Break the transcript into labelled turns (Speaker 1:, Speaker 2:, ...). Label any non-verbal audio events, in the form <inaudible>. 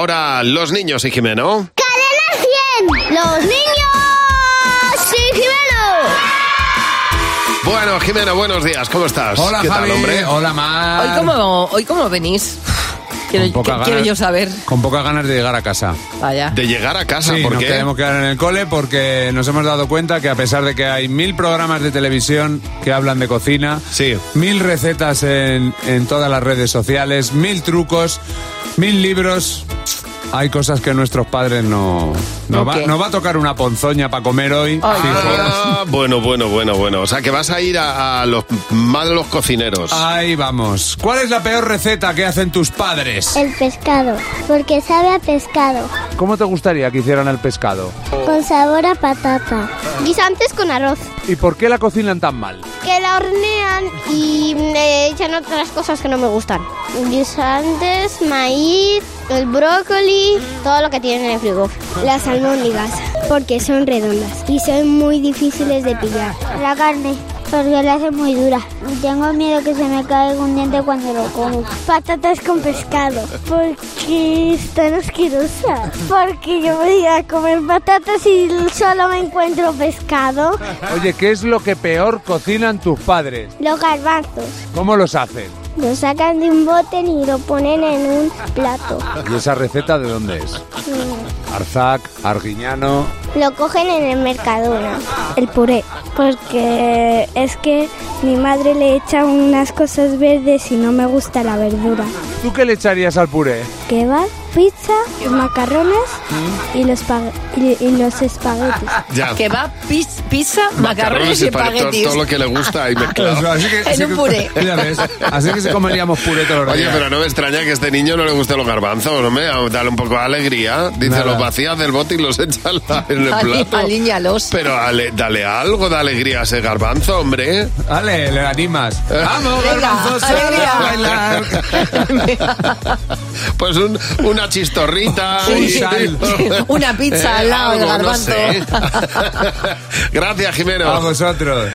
Speaker 1: Ahora los niños y Jimeno.
Speaker 2: ¡Cadena 100! ¡Los niños! ¡Sí,
Speaker 1: Bueno, Jimeno, buenos días, ¿cómo estás?
Speaker 3: Hola,
Speaker 1: ¿Qué
Speaker 3: Javi.
Speaker 1: tal, hombre?
Speaker 3: Hola, Mar.
Speaker 4: Hoy cómo, hoy cómo venís. Quiero,
Speaker 3: Ah. Con
Speaker 4: que-
Speaker 3: pocas ganas-
Speaker 4: quiero yo saber.
Speaker 3: Con pocas ganas de llegar a casa.
Speaker 4: Vaya.
Speaker 1: De llegar a casa,
Speaker 3: Sí,
Speaker 1: ¿por
Speaker 3: nos
Speaker 1: qué?
Speaker 3: queremos quedar en el cole porque nos hemos dado cuenta que a pesar de que hay mil programas de televisión que hablan de cocina,
Speaker 1: Sí.
Speaker 3: mil recetas en, en todas las redes sociales, mil trucos, mil libros... Hay cosas que nuestros padres no... Nos, va,
Speaker 4: ¿Qué?
Speaker 3: nos va a tocar una ponzoña para comer hoy.
Speaker 4: Ay.
Speaker 3: fijo.
Speaker 1: Ah, bueno, bueno, bueno, bueno. O sea, que vas a ir a, a los malos cocineros.
Speaker 4: Ah,
Speaker 3: Ahí vamos. ¿Cuál es la peor receta que hacen tus padres?
Speaker 2: El pescado, porque sabe a pescado,
Speaker 3: ¿Cómo te gustaría que hicieran el pescado?
Speaker 2: con sabor a patata. Guisantes con arroz,
Speaker 3: ¿Y por qué la cocinan tan mal?
Speaker 2: que la hornean y le echan otras cosas que no me gustan. Guisantes, maíz, el brócoli, todo lo que tienen en el frigo. Las almóndigas, porque son redondas y son muy difíciles de pillar. La carne. Porque la hace muy dura. Tengo miedo que se me caiga un diente cuando lo como. Patatas con pescado. Porque están asquerosas. Porque yo voy a comer patatas y solo me encuentro pescado.
Speaker 3: Oye, ¿qué es lo que peor cocinan tus padres?
Speaker 2: Los garbanzos.
Speaker 3: ¿Cómo los hacen?
Speaker 2: Lo sacan de un bote y lo ponen en un plato.
Speaker 3: ¿Y esa receta de dónde es? Arzac, Arguiñano.
Speaker 2: Lo cogen en el Mercadona. El puré. Porque es que mi madre le echa unas cosas verdes y no me gusta la verdura.
Speaker 3: ¿Tú qué le echarías al puré?
Speaker 2: Kebab, pizza, macarrones y los, pa- y, y los espaguetis.
Speaker 1: Ya.
Speaker 4: Que va pis- pizza, macarrones y
Speaker 1: para todo,
Speaker 4: espaguetis.
Speaker 1: todo lo que le gusta
Speaker 3: <laughs>
Speaker 1: ahí mezclado.
Speaker 3: Así que,
Speaker 4: En un puré.
Speaker 3: Ya ves, así que se comeríamos puré todos los
Speaker 1: Oye,
Speaker 3: días.
Speaker 1: pero no me extraña que a este niño no le gusten los garbanzos, hombre. Dale un poco de alegría. Dice,
Speaker 3: Nada.
Speaker 1: los vacías del bote y los <laughs> echas la- en el
Speaker 4: Ali-
Speaker 1: plato.
Speaker 4: alíñalos.
Speaker 1: Pero ale- dale algo de alegría a ese garbanzo, hombre.
Speaker 3: Vale, le animas. ¡Vamos,
Speaker 4: Venga,
Speaker 3: garbanzos!
Speaker 4: alegría.
Speaker 3: a bailar!
Speaker 1: Pues un- una chistorrita.
Speaker 4: <laughs>
Speaker 3: Sí,
Speaker 1: y- <laughs> Eh,
Speaker 3: sal.
Speaker 4: Una pizza al lado del
Speaker 1: algo, no
Speaker 4: garbanzo.
Speaker 1: sé. <laughs> Gracias, Jimeno.
Speaker 3: A vosotros.